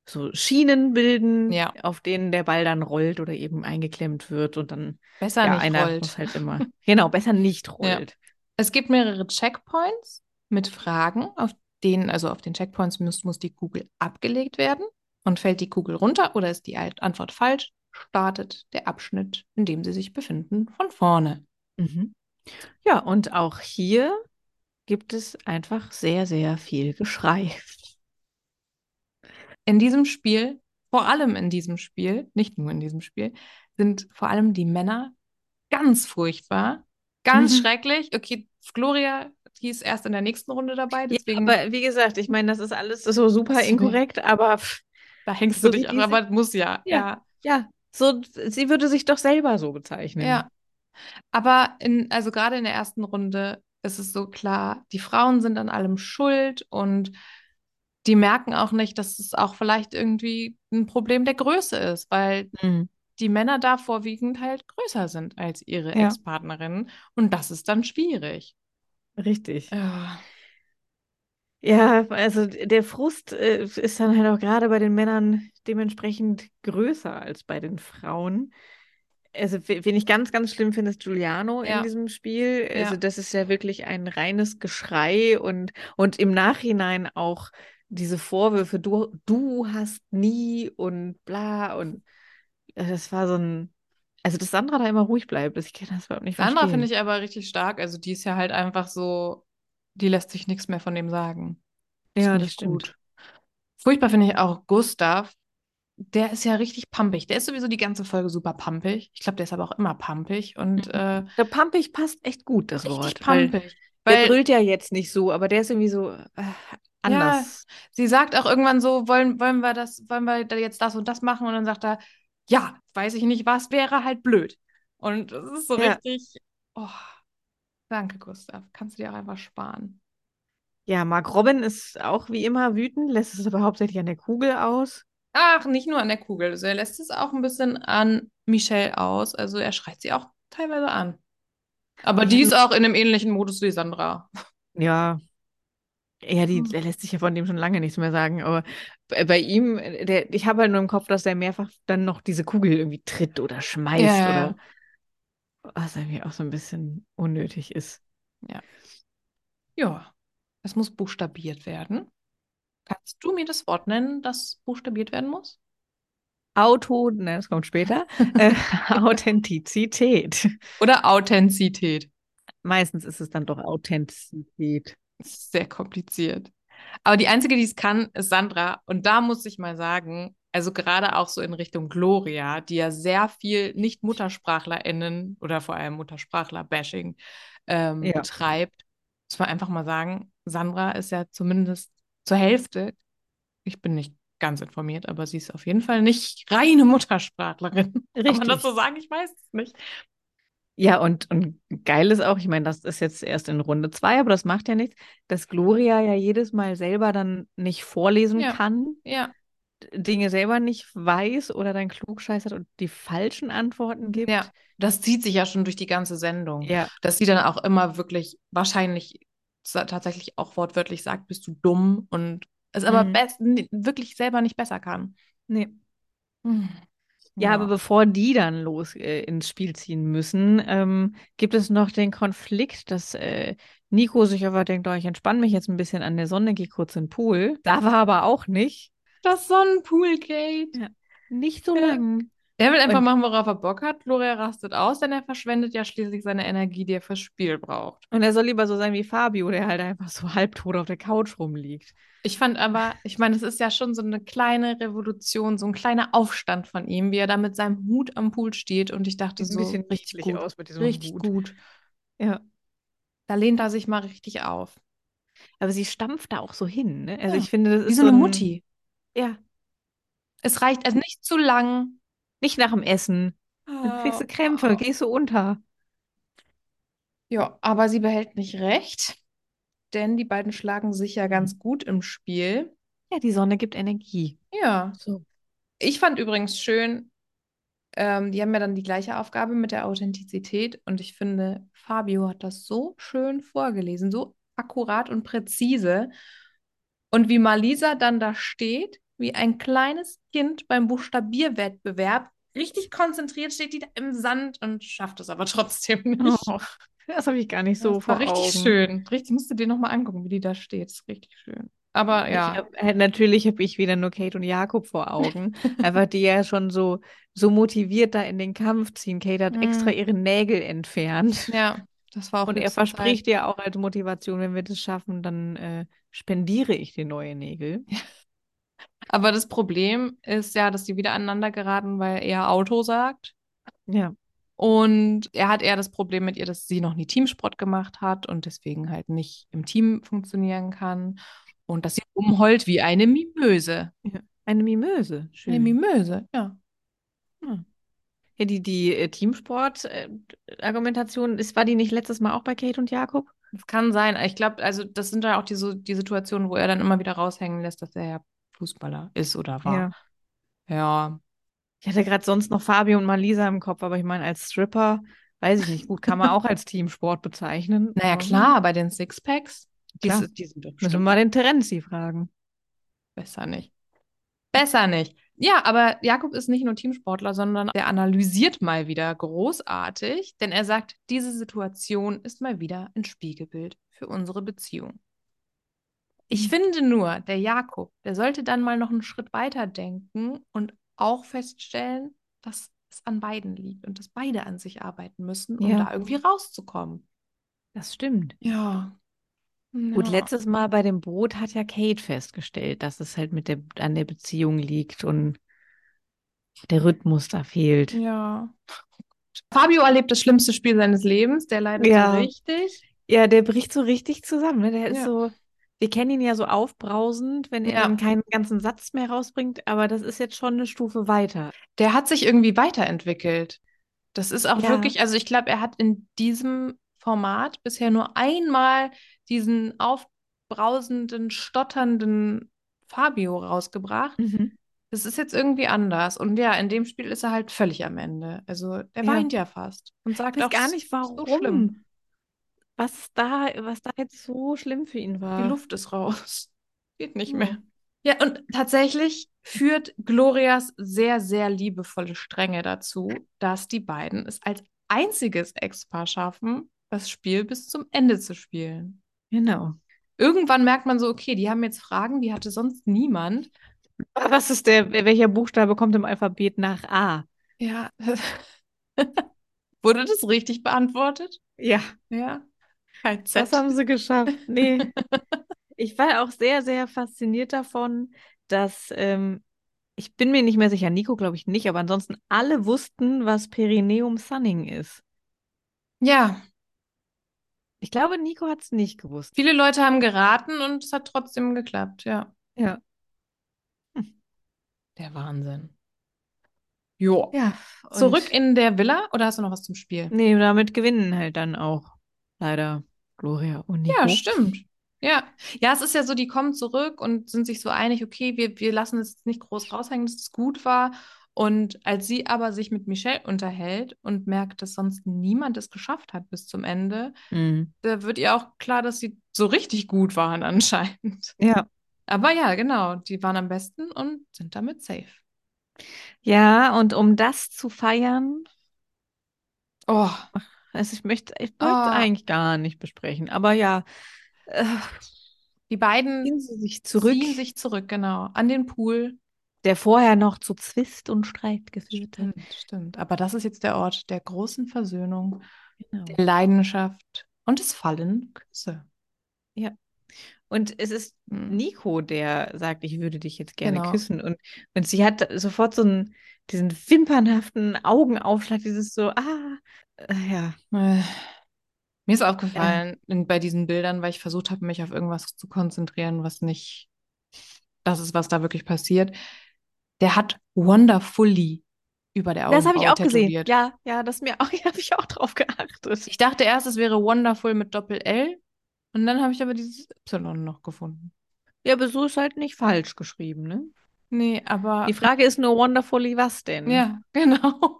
Speaker 2: so Schienen bilden,
Speaker 3: Ja.
Speaker 2: auf denen der Ball dann rollt oder eben eingeklemmt wird und dann
Speaker 3: Besser
Speaker 2: ja,
Speaker 3: nicht
Speaker 2: einer
Speaker 3: rollt.
Speaker 2: muss halt immer. Genau, besser nicht rollt.
Speaker 3: Es gibt mehrere Checkpoints mit Fragen, auf denen, also auf den Checkpoints muss, muss die Kugel abgelegt werden. Und fällt die Kugel runter oder ist die Alt- Antwort falsch, startet der Abschnitt, in dem sie sich befinden, von vorne.
Speaker 2: Mhm. Ja, und auch hier gibt es einfach sehr, sehr viel Geschrei.
Speaker 3: In diesem Spiel, vor allem in diesem Spiel, nicht nur in diesem Spiel, sind vor allem die Männer ganz furchtbar, ganz
Speaker 2: Mhm.
Speaker 3: schrecklich. Okay, Gloria, die ist erst in der nächsten Runde dabei,
Speaker 2: Ja,
Speaker 3: deswegen
Speaker 2: aber wie gesagt, ich meine, das ist alles so super
Speaker 3: Sorry.
Speaker 2: inkorrekt, aber pff,
Speaker 3: da hängst
Speaker 2: so
Speaker 3: du dich
Speaker 2: wie
Speaker 3: auch,
Speaker 2: diese-
Speaker 3: aber muss ja,
Speaker 2: Ja.
Speaker 3: ja.
Speaker 2: ja, so, sie würde sich doch selber so bezeichnen.
Speaker 3: Ja. Aber in, also gerade in der ersten Runde ist es so klar, die Frauen sind an allem schuld und die merken auch nicht, dass es auch vielleicht irgendwie ein Problem der Größe ist, weil
Speaker 2: Mhm.
Speaker 3: die Männer da vorwiegend halt größer sind als ihre
Speaker 2: Ja.
Speaker 3: Ex-Partnerinnen und das ist dann schwierig.
Speaker 2: Richtig.
Speaker 3: Ja.
Speaker 2: Ja, also d- der Frust äh, ist dann halt auch gerade bei den Männern dementsprechend größer als bei den Frauen. Also, we- wen ich ganz, ganz schlimm finde, ist Giuliano in
Speaker 3: Ja.
Speaker 2: diesem Spiel.
Speaker 3: Ja.
Speaker 2: Also, das ist ja wirklich ein reines Geschrei und, und im Nachhinein auch diese Vorwürfe, du, du hast nie und bla und äh, das war so ein, also, dass Sandra da immer ruhig bleibt, das ich kann das überhaupt nicht
Speaker 3: Sandra
Speaker 2: verstehen.
Speaker 3: finde ich aber richtig stark, also die ist ja halt einfach so, die lässt sich nichts mehr von dem sagen.
Speaker 2: Ja,
Speaker 3: Finde
Speaker 2: das
Speaker 3: ich
Speaker 2: stimmt.
Speaker 3: gut. Furchtbar finde ich auch Gustav. Der ist ja richtig pumpig. Der ist sowieso die ganze Folge super pumpig. Ich glaube, der ist aber auch immer pumpig und
Speaker 2: Mhm.
Speaker 3: äh,
Speaker 2: Der Pampig passt echt gut, das
Speaker 3: richtig
Speaker 2: Wort, weil
Speaker 3: pumpig.
Speaker 2: der
Speaker 3: Weil
Speaker 2: brüllt ja jetzt nicht so, aber der ist irgendwie so äh, anders.
Speaker 3: sie sagt auch irgendwann so, wollen, wollen wir das, wollen wir da jetzt das und das machen? Und dann sagt er, ja, weiß ich nicht was, wäre halt blöd. Und das ist so
Speaker 2: Ja.
Speaker 3: richtig, oh, danke, Gustav. Kannst du dir auch einfach sparen.
Speaker 2: Ja, Mark Robin ist auch wie immer wütend, lässt es aber hauptsächlich an der Kugel aus.
Speaker 3: Ach, nicht nur an der Kugel. Also er lässt es auch ein bisschen an Michelle aus. Also er schreit sie auch teilweise an. Aber
Speaker 2: Ich
Speaker 3: die
Speaker 2: hab
Speaker 3: ist auch in einem ähnlichen Modus wie Sandra.
Speaker 2: Ja. Ja, die
Speaker 3: Hm.
Speaker 2: der lässt sich ja von dem schon lange nichts mehr sagen, aber bei bei ihm, äh, der, ich habe halt nur im Kopf, dass der mehrfach dann noch diese Kugel irgendwie tritt oder schmeißt
Speaker 3: Ja, ja,
Speaker 2: oder was irgendwie auch so ein bisschen unnötig ist.
Speaker 3: Ja, es muss buchstabiert werden. Kannst du mir das Wort nennen, das buchstabiert werden muss?
Speaker 2: Auto, ne, das kommt später. äh, Authentizität.
Speaker 3: Oder Authentizität?
Speaker 2: Meistens ist es dann doch Authentizität.
Speaker 3: Das ist sehr kompliziert. Aber die einzige, die es kann, ist Sandra. Und da muss ich mal sagen, also gerade auch so in Richtung Gloria, die ja sehr viel Nicht-MuttersprachlerInnen oder vor allem Muttersprachler-Bashing ähm,
Speaker 2: Ja.
Speaker 3: betreibt, muss man einfach mal sagen, Sandra ist ja zumindest zur Hälfte, ich bin nicht ganz informiert, aber sie ist auf jeden Fall nicht reine Muttersprachlerin. Kann man das
Speaker 2: Richtig.
Speaker 3: so sagen? Ich weiß es nicht.
Speaker 2: Ja, und, und geil ist auch, ich meine, das ist jetzt erst in Runde zwei, aber das macht ja nichts, dass Gloria ja jedes Mal selber dann nicht vorlesen
Speaker 3: Ja.
Speaker 2: kann,
Speaker 3: Ja,
Speaker 2: Dinge selber nicht weiß oder dann klugscheißert und die falschen Antworten gibt.
Speaker 3: Ja. das zieht sich ja schon durch die ganze Sendung.
Speaker 2: Ja,
Speaker 3: dass sie dann auch immer wirklich wahrscheinlich sa- tatsächlich auch wortwörtlich sagt, bist du dumm und es aber
Speaker 2: Mhm.
Speaker 3: best, n- wirklich selber nicht besser kann.
Speaker 2: nee.
Speaker 3: Hm.
Speaker 2: Mhm. Ja, aber bevor die dann los äh, ins Spiel ziehen müssen, ähm, gibt es noch den Konflikt, dass äh, Nico sich aber denkt, oh, ich entspanne mich jetzt ein bisschen an der Sonne, gehe kurz in den Pool. Da war aber auch nicht.
Speaker 3: das Sonnenpoolgate.
Speaker 2: Ja. Nicht so
Speaker 3: Ja.
Speaker 2: lang.
Speaker 3: Der will einfach
Speaker 2: Und-
Speaker 3: machen, worauf er Bock hat. Gloria rastet aus, denn er verschwendet ja schließlich seine Energie, die er fürs Spiel braucht.
Speaker 2: Und er soll lieber so sein wie Fabio, der halt einfach so halbtot auf der Couch rumliegt.
Speaker 3: Ich fand aber, ich meine, es ist ja schon so eine kleine Revolution, so ein kleiner Aufstand von ihm, wie er da mit seinem Hut am Pool steht. Und ich dachte
Speaker 2: Sieht
Speaker 3: so,
Speaker 2: ein bisschen
Speaker 3: richtig
Speaker 2: niedlich
Speaker 3: gut,
Speaker 2: aus mit diesem
Speaker 3: richtig
Speaker 2: Hut.
Speaker 3: gut.
Speaker 2: Ja.
Speaker 3: Da lehnt er sich mal richtig auf.
Speaker 2: Aber sie stampft da auch so hin, ne? Also
Speaker 3: Ja.
Speaker 2: ich finde, das
Speaker 3: Wie
Speaker 2: ist
Speaker 3: so eine
Speaker 2: ein-
Speaker 3: Mutti.
Speaker 2: Ja.
Speaker 3: Es reicht also nicht zu lang.
Speaker 2: Nicht nach dem Essen.
Speaker 3: Ah.
Speaker 2: Dann kriegst du Krämpfe, gehst du unter.
Speaker 3: Ja, aber sie behält nicht recht. denn die beiden schlagen sich ja ganz gut im Spiel.
Speaker 2: Ja, die Sonne gibt Energie.
Speaker 3: Ja.
Speaker 2: So.
Speaker 3: Ich fand übrigens schön, ähm, die haben ja dann die gleiche Aufgabe mit der Authentizität und ich finde, Fabio hat das so schön vorgelesen, so akkurat und präzise. Und wie Malisa dann da steht, wie ein kleines Kind beim Buchstabierwettbewerb, richtig konzentriert steht die da im Sand und schafft es aber trotzdem nicht.
Speaker 2: Oh, das habe ich gar nicht so
Speaker 3: das
Speaker 2: vor
Speaker 3: war richtig
Speaker 2: Augen.
Speaker 3: schön. Richtig, musst du dir nochmal angucken, wie die da steht. ist richtig schön. Aber ja.
Speaker 2: Ich hab, äh, natürlich habe ich wieder nur Kate und Jakob vor Augen, einfach die ja schon so, so motiviert da in den Kampf ziehen. Kate hat
Speaker 3: Mm.
Speaker 2: extra ihre Nägel entfernt.
Speaker 3: Ja, das war auch
Speaker 2: Und er
Speaker 3: höchste
Speaker 2: verspricht ja auch als Motivation, wenn wir das schaffen, dann äh, spendiere ich dir neue Nägel.
Speaker 3: Zeit. Aber das Problem ist ja, dass die wieder aneinander geraten, weil er Auto sagt.
Speaker 2: Ja.
Speaker 3: Und er hat eher das Problem mit ihr, dass sie noch nie Teamsport gemacht hat und deswegen halt nicht im Team funktionieren kann. Und dass sie rumheult wie eine Mimöse.
Speaker 2: Eine Mimöse. Schön.
Speaker 3: Eine Mimöse, ja.
Speaker 2: ja, die die äh, Teamsport-Argumentation, äh, ist, war die nicht letztes Mal auch bei Kate und Jakob?
Speaker 3: Das kann sein. Ich glaube, also das sind ja auch die, so, die Situationen, wo er dann immer wieder raushängen lässt, dass er ja Fußballer ist oder war. Ja.
Speaker 2: Ich hatte gerade sonst noch Fabio und Malisa im Kopf, aber ich meine, als Stripper, weiß ich nicht, gut, kann man auch als Teamsport bezeichnen.
Speaker 3: Naja,
Speaker 2: aber
Speaker 3: klar, bei den Sixpacks, die,
Speaker 2: Klar.
Speaker 3: s- die sind doch
Speaker 2: Müssen wir
Speaker 3: bestimmt
Speaker 2: mal den Terenzi fragen.
Speaker 3: Besser nicht. Besser nicht. Ja, aber Jakob ist nicht nur Teamsportler, sondern der analysiert mal wieder großartig, denn er sagt, diese Situation ist mal wieder ein Spiegelbild für unsere Beziehung. Ich finde nur, der Jakob, der sollte dann mal noch einen Schritt weiter denken und auch feststellen, dass es an beiden liegt und dass beide an sich arbeiten müssen, um
Speaker 2: Ja.
Speaker 3: da irgendwie rauszukommen.
Speaker 2: Das stimmt.
Speaker 3: Ja.
Speaker 2: Gut, letztes Mal bei dem Brot hat ja Kate festgestellt, dass es halt mit der, an der Beziehung liegt und der Rhythmus da fehlt.
Speaker 3: Ja. Fabio erlebt das schlimmste Spiel seines Lebens. Der leidet
Speaker 2: Ja.
Speaker 3: so richtig.
Speaker 2: Ja, der bricht so richtig zusammen. Ne? Der ist
Speaker 3: Ja.
Speaker 2: so, wir kennen ihn ja so aufbrausend, wenn er
Speaker 3: Ja.
Speaker 2: dann keinen ganzen Satz mehr rausbringt, aber das ist jetzt schon eine Stufe weiter.
Speaker 3: Der hat sich irgendwie weiterentwickelt. Das ist auch
Speaker 2: Ja.
Speaker 3: wirklich, also ich glaube, er hat in diesem Format bisher nur einmal diesen aufbrausenden, stotternden Fabio rausgebracht.
Speaker 2: Mhm.
Speaker 3: Das ist jetzt irgendwie anders. Und ja, in dem Spiel ist er halt völlig am Ende. Also der
Speaker 2: Ja.
Speaker 3: weint ja fast und sagt
Speaker 2: Ich weiß
Speaker 3: auch,
Speaker 2: gar
Speaker 3: es
Speaker 2: nicht,
Speaker 3: ist so schlimm.
Speaker 2: warum. Was da, was da jetzt so schlimm für ihn
Speaker 3: Die
Speaker 2: war.
Speaker 3: Luft ist raus. Geht nicht
Speaker 2: Ja.
Speaker 3: mehr. Ah. Hm. Ja, und tatsächlich führt Glorias sehr, sehr liebevolle Strenge dazu, dass die beiden es als einziges Ex-Paar schaffen, das Spiel bis zum Ende zu spielen.
Speaker 2: Genau.
Speaker 3: Irgendwann merkt man so, okay, die haben jetzt Fragen, die hatte sonst niemand.
Speaker 2: Was ist der, welcher Buchstabe kommt im Alphabet nach A?
Speaker 3: Ja. Wurde das richtig beantwortet?
Speaker 2: Ja,
Speaker 3: Ja. Kein
Speaker 2: das
Speaker 3: Z.
Speaker 2: haben sie geschafft. Nee. Ich war auch sehr, sehr fasziniert davon, dass ähm, ich bin mir nicht mehr sicher, Nico glaube ich nicht, aber ansonsten alle wussten, was Perineum Sunning ist.
Speaker 3: Ja,
Speaker 2: Ich glaube, Nico hat es nicht gewusst.
Speaker 3: viele Leute haben geraten und es hat trotzdem geklappt, ja. Hm.
Speaker 2: Ja.
Speaker 3: Der Wahnsinn. Jo.
Speaker 2: Ja.
Speaker 3: Zurück in der Villa oder hast du noch was zum Spiel?
Speaker 2: Nee, damit gewinnen halt dann auch leider Gloria und Nico.
Speaker 3: Ja, stimmt. Ja. Ja, es ist ja so, die kommen zurück und sind sich so einig, okay, wir, wir lassen es nicht groß raushängen, dass es gut war. Und als sie aber sich mit Michelle unterhält und merkt, dass sonst niemand es geschafft hat bis zum Ende,
Speaker 2: Mhm.
Speaker 3: da wird ihr auch klar, dass sie so richtig gut waren anscheinend.
Speaker 2: Ja.
Speaker 3: Aber ja, genau, die waren am besten und sind damit safe.
Speaker 2: Ja, und um das zu feiern,
Speaker 3: Oh,
Speaker 2: also ich möchte, ich möchte
Speaker 3: Ah.
Speaker 2: eigentlich gar nicht besprechen, aber ja, äh,
Speaker 3: die beiden
Speaker 2: ziehen sie sich zurück,
Speaker 3: ziehen sich zurück, genau, an den Pool.
Speaker 2: der vorher noch zu Zwist und Streit geführt hat.
Speaker 3: Stimmt, stimmt. Aber das ist jetzt der Ort der großen Versöhnung,
Speaker 2: Genau.
Speaker 3: der Leidenschaft und des fallenden Küsse.
Speaker 2: Und es ist
Speaker 3: Hm.
Speaker 2: Nico, der sagt, ich würde dich jetzt gerne
Speaker 3: Genau.
Speaker 2: küssen. Und, und sie hat sofort so einen, diesen wimpernhaften Augenaufschlag, dieses so, ah, äh, ja.
Speaker 3: Äh, Mir ist aufgefallen, in, bei diesen Bildern, weil ich versucht habe, mich auf irgendwas zu konzentrieren, was nicht das ist, was da wirklich passiert. Der hat Wonderfully über der
Speaker 2: Das habe ich
Speaker 3: Augenbraue
Speaker 2: auch gesehen.
Speaker 3: tätowiert.
Speaker 2: Ja, ja, das mir auch, habe ich auch drauf geachtet.
Speaker 3: Ich dachte erst, es wäre Wonderful mit Doppel-L. Und dann habe ich aber dieses Y noch gefunden.
Speaker 2: Ja, aber so ist halt nicht falsch geschrieben, ne?
Speaker 3: Nee, aber.
Speaker 2: Die Frage ist nur wonderfully was denn?
Speaker 3: ja, genau.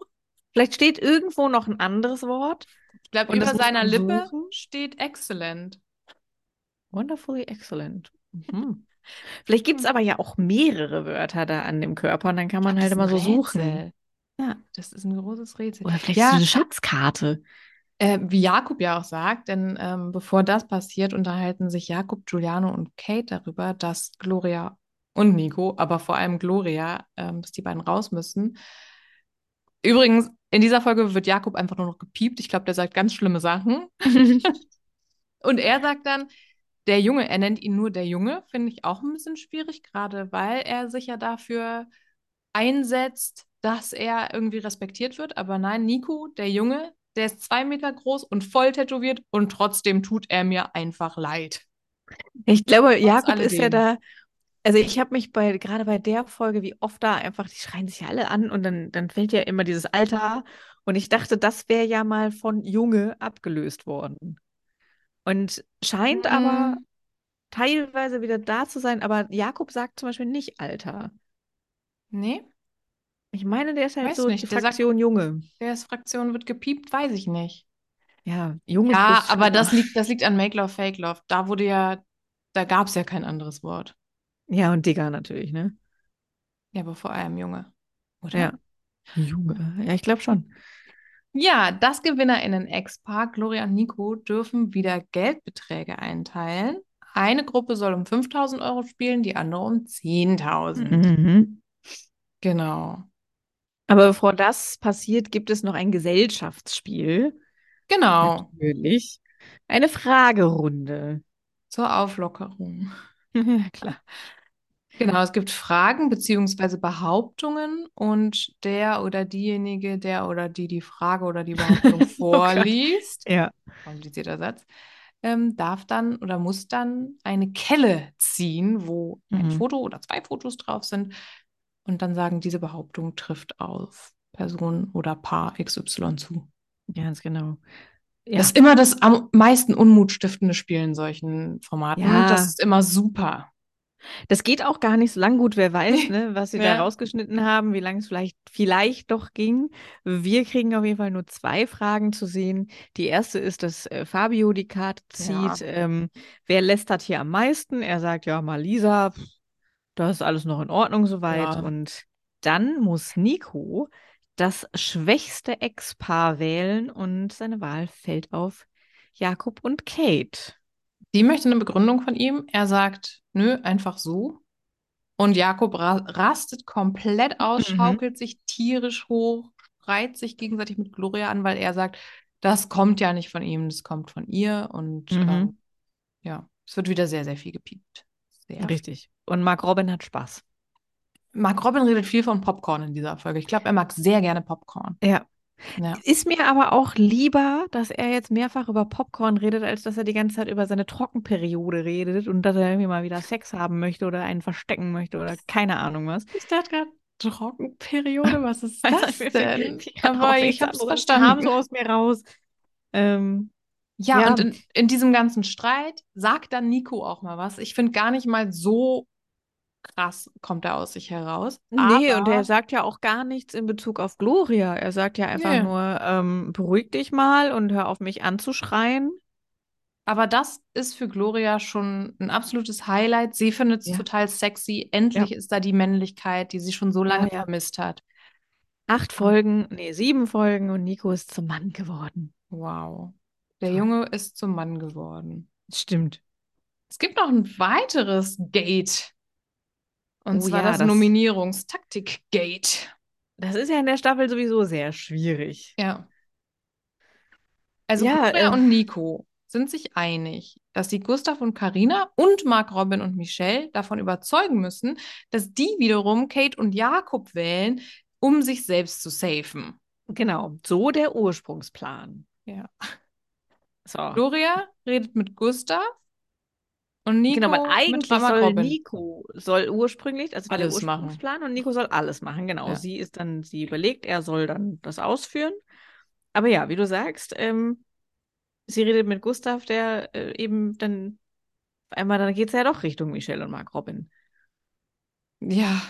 Speaker 2: Vielleicht steht irgendwo noch ein anderes Wort.
Speaker 3: Ich glaube,
Speaker 2: Und das
Speaker 3: über
Speaker 2: muss
Speaker 3: seiner
Speaker 2: man
Speaker 3: Lippe
Speaker 2: suchen?
Speaker 3: steht excellent.
Speaker 2: Wonderfully excellent. Mhm. Vielleicht gibt
Speaker 3: Hm.
Speaker 2: es aber ja auch mehrere Wörter da an dem Körper und dann kann man
Speaker 3: Das
Speaker 2: halt
Speaker 3: ist
Speaker 2: immer
Speaker 3: ein
Speaker 2: so suchen.
Speaker 3: Rätsel.
Speaker 2: Ja.
Speaker 3: Das ist ein großes Rätsel.
Speaker 1: Oder vielleicht
Speaker 3: Ja.
Speaker 1: so eine Schatzkarte.
Speaker 3: Äh, wie Jakob ja auch sagt, denn ähm, bevor das passiert, unterhalten sich Jakob, Giuliano und Kate darüber, dass Gloria und Nico, aber vor allem Gloria, ähm, dass die beiden raus müssen. Übrigens, in dieser Folge wird Jakob einfach nur noch gepiept. Ich glaube, der sagt ganz schlimme Sachen. Und er sagt dann, der Junge, er nennt ihn nur der Junge, finde ich auch ein bisschen schwierig, gerade weil er sich ja dafür einsetzt, dass er irgendwie respektiert wird. Aber nein, Nico, der Junge, der ist zwei Meter groß und voll tätowiert und trotzdem tut er mir einfach leid.
Speaker 2: Ich glaube, Jakob ist ja
Speaker 3: alledem.
Speaker 2: da. Also ich habe mich bei gerade bei der Folge, wie oft da einfach, die schreien sich ja alle an und dann, dann fällt ja immer dieses Alter. Und ich dachte, das wäre ja mal von Junge abgelöst worden. Und scheint aber
Speaker 3: Mhm.
Speaker 2: teilweise wieder da zu sein, aber Jakob sagt zum Beispiel nicht Alter.
Speaker 3: Nee,
Speaker 2: Ich meine, der ist halt
Speaker 3: Weiß
Speaker 2: so
Speaker 3: nicht,
Speaker 2: die
Speaker 3: der sagt-
Speaker 2: Fraktion Junge.
Speaker 3: der ist Fraktion wird gepiept, weiß ich nicht.
Speaker 2: Ja, Junge
Speaker 3: Ja,
Speaker 2: plus
Speaker 3: aber
Speaker 2: Schlimmer.
Speaker 3: das liegt, das liegt an Make Love, Fake Love. Da wurde ja, da gab es ja kein anderes Wort.
Speaker 2: Ja, und Digger natürlich, ne?
Speaker 3: Ja, aber vor allem Junge. Oder?
Speaker 2: Ja. Junge. Äh, Ja, ich glaube schon.
Speaker 3: Ja, das GewinnerInnen-Ex-Paar, Gloria und Nico, dürfen wieder Geldbeträge einteilen. Eine Gruppe soll um 5000 Euro spielen, die andere um 10.000.
Speaker 2: Mhm.
Speaker 3: Genau.
Speaker 2: Aber bevor das passiert, gibt es noch ein Gesellschaftsspiel.
Speaker 3: Genau.
Speaker 2: Natürlich. Eine Fragerunde.
Speaker 3: Zur Auflockerung.
Speaker 2: Ja, klar.
Speaker 3: Genau, es gibt Fragen beziehungsweise Behauptungen und der oder diejenige, der oder die die Frage oder die
Speaker 2: Oh
Speaker 3: Behauptung vorliest,
Speaker 2: Ja.
Speaker 3: komplizierter Satz, ähm, darf dann oder muss dann eine Kelle ziehen, wo ein
Speaker 2: Mhm.
Speaker 3: Foto oder zwei Fotos drauf sind und dann sagen, diese Behauptung trifft auf Person oder Paar XY zu.
Speaker 2: Ganz genau. Ja.
Speaker 3: Das ist immer das am meisten Unmut stiftende Spiel in solchen Formaten.
Speaker 2: Ja.
Speaker 3: Das ist immer super.
Speaker 2: Das geht auch gar nicht so lang gut, wer weiß, ne, was sie
Speaker 3: Ja.
Speaker 2: da rausgeschnitten haben, wie lange es vielleicht, vielleicht doch ging. Wir kriegen auf jeden Fall nur zwei Fragen zu sehen. Die erste ist, dass äh, Fabio die Karte
Speaker 3: Ja.
Speaker 2: zieht. Ähm, wer lästert hier am meisten? Er sagt, ja, mal Lisa, pff, das ist alles noch in Ordnung soweit.
Speaker 3: Ja.
Speaker 2: Und dann muss Nico das schwächste Ex-Paar wählen und seine Wahl fällt auf Jakob und Kate.
Speaker 3: Die möchte eine Begründung von ihm. Er sagt, nö, einfach so. Und Jakob ra rastet komplett aus,
Speaker 2: Mhm.
Speaker 3: schaukelt sich tierisch hoch, schreit sich gegenseitig mit Gloria an, weil er sagt, das kommt ja nicht von ihm, das kommt von ihr. Und
Speaker 2: Mhm.
Speaker 3: ähm, ja, es wird wieder sehr, sehr viel gepiept. Sehr.
Speaker 2: Richtig. Und Mark Robin hat Spaß.
Speaker 3: Mark Robin redet viel von Popcorn in dieser Folge. Ich glaube, er mag sehr gerne Popcorn.
Speaker 2: Ja.
Speaker 3: Ja.
Speaker 2: Ist mir aber auch lieber, dass er jetzt mehrfach über Popcorn redet, als dass er die ganze Zeit über seine Trockenperiode redet und dass er irgendwie mal wieder Sex haben möchte oder einen verstecken möchte oder keine Ahnung was. Also,
Speaker 3: Ich dachte gerade, Trockenperiode, was ist das denn?
Speaker 2: Ich kann auch
Speaker 3: Aber
Speaker 2: nichts
Speaker 3: ich habe es
Speaker 2: anderes.
Speaker 3: verstanden.
Speaker 2: Kam so aus mir raus. Ähm,
Speaker 3: Ja,
Speaker 2: Ja.
Speaker 3: und in, in diesem ganzen Streit sagt dann Nico auch mal was. Ich finde gar nicht mal so krass kommt er aus sich heraus.
Speaker 2: nee,
Speaker 3: aber
Speaker 2: und er sagt ja auch gar nichts in Bezug auf Gloria. Er sagt ja einfach
Speaker 3: Nee.
Speaker 2: nur, ähm, beruhig dich mal und hör auf mich anzuschreien.
Speaker 3: Aber das ist für Gloria schon ein absolutes Highlight. Sie findet es
Speaker 2: Ja.
Speaker 3: total sexy. Endlich ist da die Männlichkeit, die sie schon so lange
Speaker 2: ja.
Speaker 3: vermisst hat.
Speaker 2: Acht Folgen, nee, sieben Folgen und Nico ist zum Mann geworden.
Speaker 3: Wow. Der
Speaker 2: Toll.
Speaker 3: Junge ist zum Mann geworden.
Speaker 2: Stimmt.
Speaker 3: Es gibt noch ein weiteres Gate. Und
Speaker 2: Oh
Speaker 3: zwar
Speaker 2: ja,
Speaker 3: das
Speaker 2: das-
Speaker 3: Nominierungstaktik-Gate.
Speaker 2: Das ist ja in der Staffel sowieso sehr schwierig.
Speaker 3: Ja. Also
Speaker 2: Ja,
Speaker 3: Gloria
Speaker 2: ähm.
Speaker 3: und Nico sind sich einig, dass sie Gustav und Karina und Mark Robin und Michelle davon überzeugen müssen, dass die wiederum Kate und Jakob wählen, um sich selbst zu safen.
Speaker 2: Genau, so der Ursprungsplan.
Speaker 3: Ja.
Speaker 2: So.
Speaker 3: Gloria redet mit Gustav und Nico
Speaker 2: genau, weil
Speaker 3: mit
Speaker 2: eigentlich
Speaker 3: Mark
Speaker 2: soll
Speaker 3: Robin.
Speaker 2: Nico soll ursprünglich, also der
Speaker 3: Alles machen.
Speaker 2: Ursprungsplan und Nico soll alles machen. Genau,
Speaker 3: Ja.
Speaker 2: sie ist dann, sie überlegt, er soll dann das ausführen. Aber ja, wie du sagst, ähm, sie redet mit Gustav, der äh, eben dann einmal, dann geht es ja doch Richtung Michelle und Mark Robin.
Speaker 3: Ja,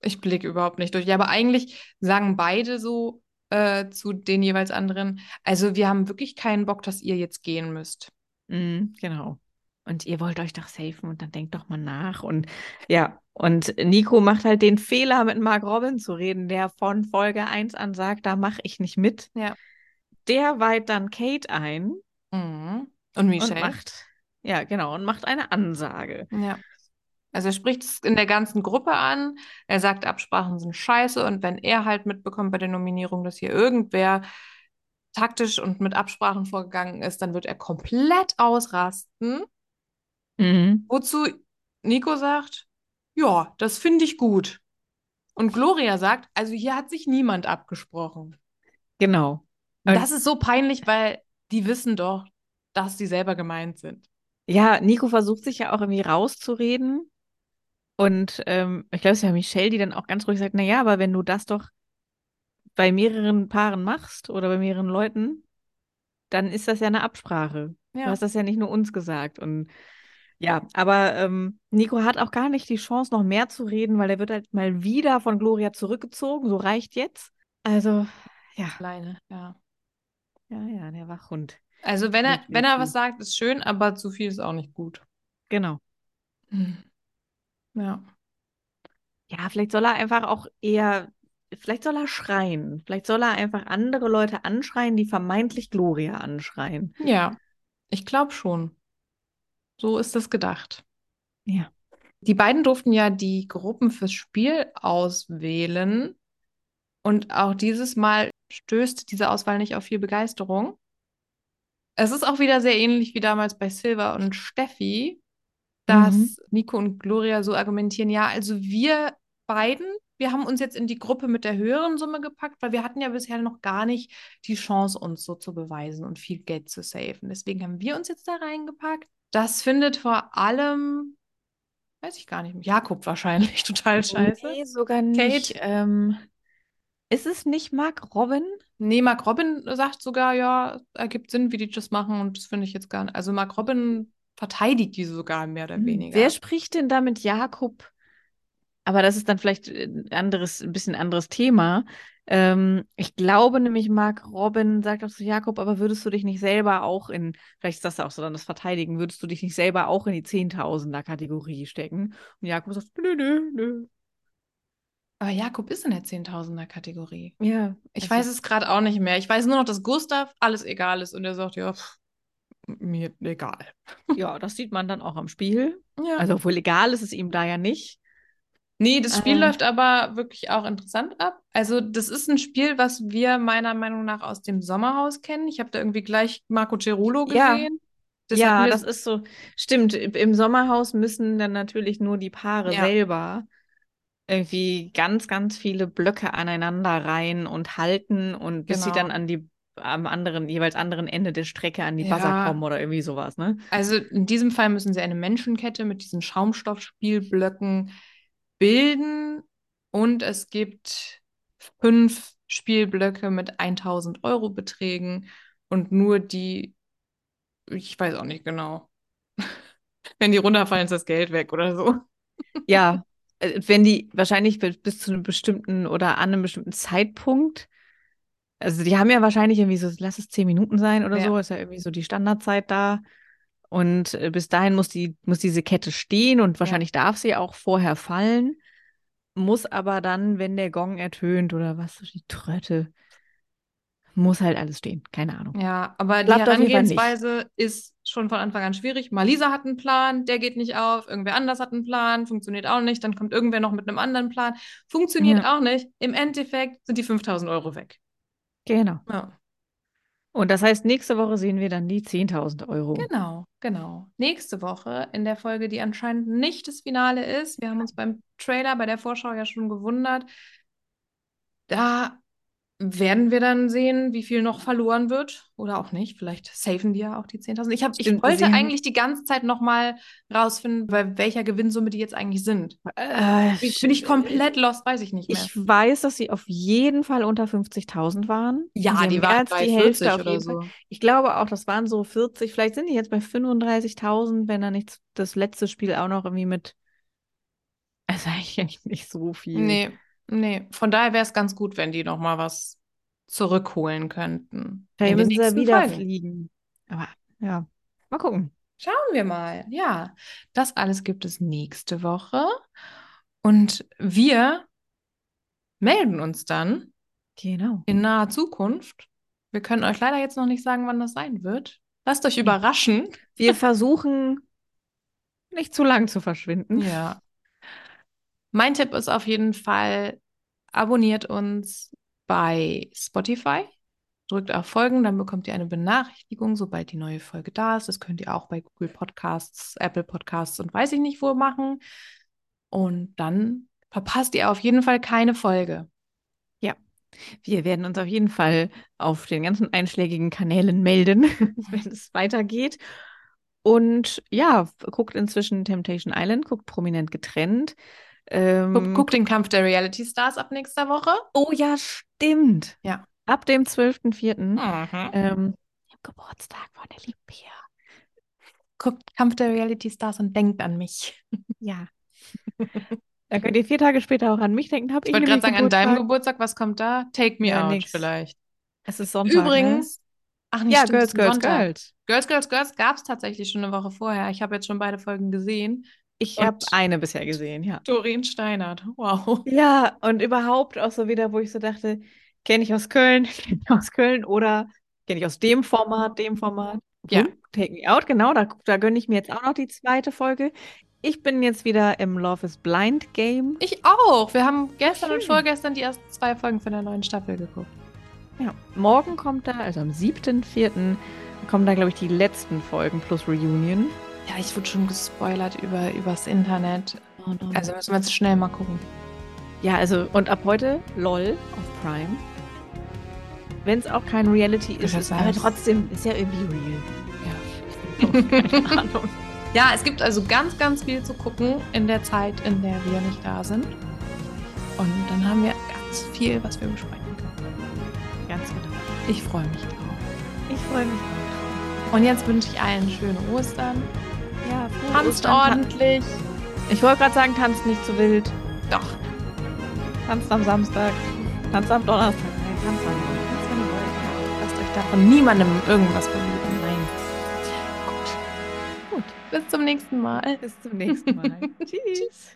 Speaker 3: ich blicke überhaupt nicht durch. Ja, aber eigentlich sagen beide so äh, zu den jeweils anderen, also wir haben wirklich keinen Bock, dass ihr jetzt gehen müsst.
Speaker 2: Mhm, genau. Und ihr wollt euch doch safen und dann denkt doch mal nach. Und ja, und Nico macht halt den Fehler, mit Mark Robin zu reden, der von Folge 1 an sagt, da mache ich nicht mit.
Speaker 3: Ja.
Speaker 2: Der weiht dann Kate ein
Speaker 3: Mhm. Und Michelle.
Speaker 2: und macht, ja, genau, und macht eine Ansage.
Speaker 3: Ja. Also er spricht es in der ganzen Gruppe an. Er sagt, Absprachen sind scheiße. Und wenn er halt mitbekommt bei der Nominierung, dass hier irgendwer taktisch und mit Absprachen vorgegangen ist, dann wird er komplett ausrasten. Wozu Nico sagt, ja, das finde ich gut. Und Gloria sagt, also hier hat sich niemand abgesprochen.
Speaker 2: Genau.
Speaker 3: Und
Speaker 2: Und-
Speaker 3: das ist so peinlich, weil die wissen doch, dass sie selber gemeint sind.
Speaker 2: Ja, Nico versucht sich ja auch irgendwie rauszureden. Und ähm, ich glaube, es war Michelle, die dann auch ganz ruhig sagt, na ja, aber wenn du das doch bei mehreren Paaren machst oder bei mehreren Leuten, dann ist das ja eine Absprache. Du
Speaker 3: Ja.
Speaker 2: hast das ja nicht nur uns gesagt. Und ja, aber ähm, Nico hat auch gar nicht die Chance, noch mehr zu reden, weil er wird halt mal wieder von Gloria zurückgezogen. So reicht jetzt. Also, ja,
Speaker 3: Alleine, ja.
Speaker 2: ja, ja, der Wachhund.
Speaker 3: Also wenn er,
Speaker 2: Nicht
Speaker 3: wenn er
Speaker 2: wirklich.
Speaker 3: was sagt, ist schön, aber zu viel ist auch nicht gut.
Speaker 2: Genau.
Speaker 3: Ja.
Speaker 2: Ja, vielleicht soll er einfach auch eher, vielleicht soll er schreien. Vielleicht soll er einfach andere Leute anschreien, die vermeintlich Gloria anschreien.
Speaker 3: Ja, ich glaube schon. So ist das gedacht.
Speaker 2: Ja.
Speaker 3: Die beiden durften ja die Gruppen fürs Spiel auswählen. Und auch dieses Mal stößt diese Auswahl nicht auf viel Begeisterung. Es ist auch wieder sehr ähnlich wie damals bei Silva und Steffi, dass
Speaker 2: Mhm.
Speaker 3: Nico und Gloria so argumentieren, ja, also wir beiden, wir haben uns jetzt in die Gruppe mit der höheren Summe gepackt, weil wir hatten ja bisher noch gar nicht die Chance, uns so zu beweisen und viel Geld zu saven. Deswegen haben wir uns jetzt da reingepackt. Das findet vor allem, weiß ich gar nicht, Jakob wahrscheinlich total scheiße.
Speaker 2: Nee, sogar nicht.
Speaker 3: Kate?
Speaker 2: Ähm, ist es nicht Mark Robin?
Speaker 3: Nee, Mark Robin sagt sogar, ja, ergibt Sinn, wie die das machen und das finde ich jetzt gar nicht. Also Mark Robin verteidigt die sogar mehr
Speaker 2: Mhm.
Speaker 3: oder weniger.
Speaker 2: Wer spricht denn da mit Jakob? Aber das ist dann vielleicht äh, ein anderes, ein bisschen anderes Thema. Ähm, ich glaube nämlich, Mark Robin sagt auch zu Jakob, aber würdest du dich nicht selber auch in, vielleicht ist das auch so dann das Verteidigen, würdest du dich nicht selber auch in die Zehntausender-Kategorie stecken? Und Jakob sagt, nö, nö, nö.
Speaker 3: Aber Jakob ist in der Zehntausender-Kategorie.
Speaker 2: Ja,
Speaker 3: Ich
Speaker 2: also-
Speaker 3: weiß es gerade auch nicht mehr. Ich weiß nur noch, dass Gustav alles egal ist und er sagt, ja, pff, mir egal.
Speaker 2: Ja, das sieht man dann auch am Spiel.
Speaker 3: Ja.
Speaker 2: Also, obwohl legal ist es ihm da ja nicht.
Speaker 3: Nee, das Spiel
Speaker 2: Ähm.
Speaker 3: läuft aber wirklich auch interessant ab. Also, das ist ein Spiel, was wir meiner Meinung nach aus dem Sommerhaus kennen. Ich habe da irgendwie gleich Marco Cerullo
Speaker 2: Ja.
Speaker 3: gesehen. hatten
Speaker 2: ja,
Speaker 3: wir
Speaker 2: das ist so. Stimmt, im- im Sommerhaus müssen dann natürlich nur die Paare
Speaker 3: Ja.
Speaker 2: selber irgendwie ganz, ganz viele Blöcke aneinander reihen und halten und bis sie
Speaker 3: Genau.
Speaker 2: dann an die am anderen, jeweils anderen Ende der Strecke an die Buzzer
Speaker 3: Ja.
Speaker 2: kommen oder irgendwie sowas, ne?
Speaker 3: Also in diesem Fall müssen sie eine Menschenkette mit diesen Schaumstoffspielblöcken bilden und es gibt fünf Spielblöcke mit 1000 Euro Beträgen und nur die, ich weiß auch nicht genau, wenn die runterfallen, ist das Geld weg oder so.
Speaker 2: Ja. Äh, Wenn die wahrscheinlich bi- bis zu einem bestimmten oder an einem bestimmten Zeitpunkt, also die haben ja wahrscheinlich irgendwie so, lass es zehn Minuten sein oder
Speaker 3: Ja.
Speaker 2: so, ist ja irgendwie so die Standardzeit da. Und äh, bis dahin muss die, muss diese Kette stehen und wahrscheinlich darf sie auch vorher fallen, muss aber dann, wenn der Gong ertönt oder was, die Tröte, muss halt alles stehen. Keine Ahnung.
Speaker 3: Ja, aber die
Speaker 2: Klappt auf jeden Fall nicht.
Speaker 3: Herangehensweise ist schon von Anfang an schwierig. Malisa hat einen Plan, der geht nicht auf, irgendwer anders hat einen Plan, funktioniert auch nicht, dann kommt irgendwer noch mit einem anderen Plan, funktioniert auch nicht. Im Endeffekt sind die 5000 Euro weg.
Speaker 2: Genau.
Speaker 3: Ja,
Speaker 2: Und das heißt, nächste Woche sehen wir dann die 10.000 Euro.
Speaker 3: genau, genau. Nächste Woche in der Folge, die anscheinend nicht das Finale ist, wir haben uns beim Trailer, bei der Vorschau ja schon gewundert, da werden wir dann sehen, wie viel noch verloren wird oder auch nicht. Vielleicht safen die ja auch die 10.000. Ich, hab, ich
Speaker 2: Stimmt,
Speaker 3: wollte
Speaker 2: sie haben-
Speaker 3: eigentlich die ganze Zeit nochmal rausfinden, bei welcher Gewinnsumme die jetzt eigentlich sind. Bin Äh, ich, bin ich komplett lost, weiß ich nicht mehr.
Speaker 2: Ich weiß, dass sie auf jeden Fall unter 50.000 waren. Also sie haben mehr als
Speaker 3: bei
Speaker 2: die Hälfte
Speaker 3: 40
Speaker 2: auf jeden Fall. Ich glaube auch, das waren so 40. Vielleicht sind die jetzt bei 35.000, wenn da nicht das letzte Spiel auch noch irgendwie mit. Also eigentlich nicht so viel.
Speaker 3: Nee, nee. Von daher wäre es ganz gut, wenn die nochmal was zurückholen könnten. In
Speaker 2: Vielleicht
Speaker 3: den
Speaker 2: müssen sie ja
Speaker 3: nächsten
Speaker 2: wieder
Speaker 3: Folgen.
Speaker 2: fliegen. Aber ja, mal gucken.
Speaker 3: Schauen wir mal. Ja, das alles gibt es nächste Woche. Und wir melden uns dann
Speaker 2: Genau.
Speaker 3: in naher Zukunft. Wir können euch leider jetzt noch nicht sagen, wann das sein wird. Lasst euch überraschen.
Speaker 2: Wir versuchen, nicht zu lang zu verschwinden.
Speaker 3: Ja. Mein Tipp ist auf jeden Fall, abonniert uns bei Spotify. Drückt auf Folgen, dann bekommt ihr eine Benachrichtigung, sobald die neue Folge da ist. Das könnt ihr auch bei Google Podcasts, Apple Podcasts und weiß ich nicht wo machen. Und dann verpasst ihr auf jeden Fall keine Folge.
Speaker 2: Wir werden uns auf jeden Fall auf den ganzen einschlägigen Kanälen melden, wenn es weitergeht. Und ja, f- guckt inzwischen Temptation Island, guckt prominent getrennt. Ähm,
Speaker 3: Guckt, guckt den Kampf der Reality Stars ab nächster Woche.
Speaker 2: Oh ja, stimmt.
Speaker 3: Ja.
Speaker 2: Ab dem 12.04.
Speaker 3: Mhm.
Speaker 2: Ähm, am Geburtstag von der lieben Pia.
Speaker 3: Guckt Kampf der Reality Stars und denkt an mich.
Speaker 2: Ja. da könnt ihr vier Tage später auch an mich denken. Hab
Speaker 3: Ich
Speaker 2: ich
Speaker 3: wollte gerade
Speaker 2: nämlich
Speaker 3: sagen, an deinem
Speaker 2: Geburtstag.
Speaker 3: Geburtstag, was kommt da? Take me
Speaker 2: Ja,
Speaker 3: out
Speaker 2: nix.
Speaker 3: vielleicht.
Speaker 2: Es ist Sonntag. ne?
Speaker 3: Übrigens, ach nee,
Speaker 2: Ja,
Speaker 3: stimmt,
Speaker 2: Girls,
Speaker 3: es ist ein
Speaker 2: Girls,
Speaker 3: Sonntag.
Speaker 2: Girls.
Speaker 3: Girls, Girls, Girls gab es tatsächlich schon eine Woche vorher. Ich habe jetzt schon beide Folgen gesehen.
Speaker 2: Ich habe
Speaker 3: Und-
Speaker 2: eine bisher gesehen, ja.
Speaker 3: Doreen Steinert, wow.
Speaker 2: Ja, und überhaupt auch so wieder, wo ich so dachte, kenne ich aus Köln, kenne ich aus Köln oder kenne ich aus dem Format, dem Format.
Speaker 3: Ja.
Speaker 2: Und Take Me Out, genau, da, da gönne ich mir jetzt auch noch die zweite Folge. Ich bin jetzt wieder im Love is Blind Game.
Speaker 3: Ich auch. Wir haben gestern und
Speaker 2: Schön.
Speaker 3: vorgestern die ersten zwei Folgen von der neuen Staffel geguckt.
Speaker 2: Ja, morgen kommt da, also am 7.4., kommen da, glaube ich, die letzten Folgen plus Reunion.
Speaker 3: Ja, ich wurde schon gespoilert über, übers Internet.
Speaker 2: ähm,
Speaker 3: Also müssen wir jetzt schnell mal gucken.
Speaker 2: ja, also, und ab heute LOL auf Prime. Wenn es auch kein Reality ist,
Speaker 3: Das
Speaker 2: ist aber
Speaker 3: heißt-
Speaker 2: trotzdem ist ja irgendwie real.
Speaker 3: ja, es gibt also ganz, ganz viel zu gucken in der Zeit, in der wir nicht da sind. Und dann haben wir ganz viel, was wir besprechen können.
Speaker 2: Ganz genau.
Speaker 3: Ich freue mich drauf.
Speaker 2: Ich freue mich auch.
Speaker 3: Und jetzt wünsche ich allen schöne Ostern.
Speaker 2: Ja, frohe
Speaker 3: Tanzt
Speaker 2: Ostern. Ta-
Speaker 3: ordentlich.
Speaker 2: Ich wollte gerade sagen, tanzt nicht zu wild.
Speaker 3: Doch.
Speaker 2: Tanzt am Samstag. Tanzt am Donnerstag. Nein, tanzt am Sonntag. Tanzt, wenn ihr wollt.
Speaker 3: Lasst euch davon niemandem irgendwas verbieten. Nein. Gut.
Speaker 2: Gut.
Speaker 3: Bis zum nächsten Mal.
Speaker 2: Bis zum nächsten Mal. Tschüss.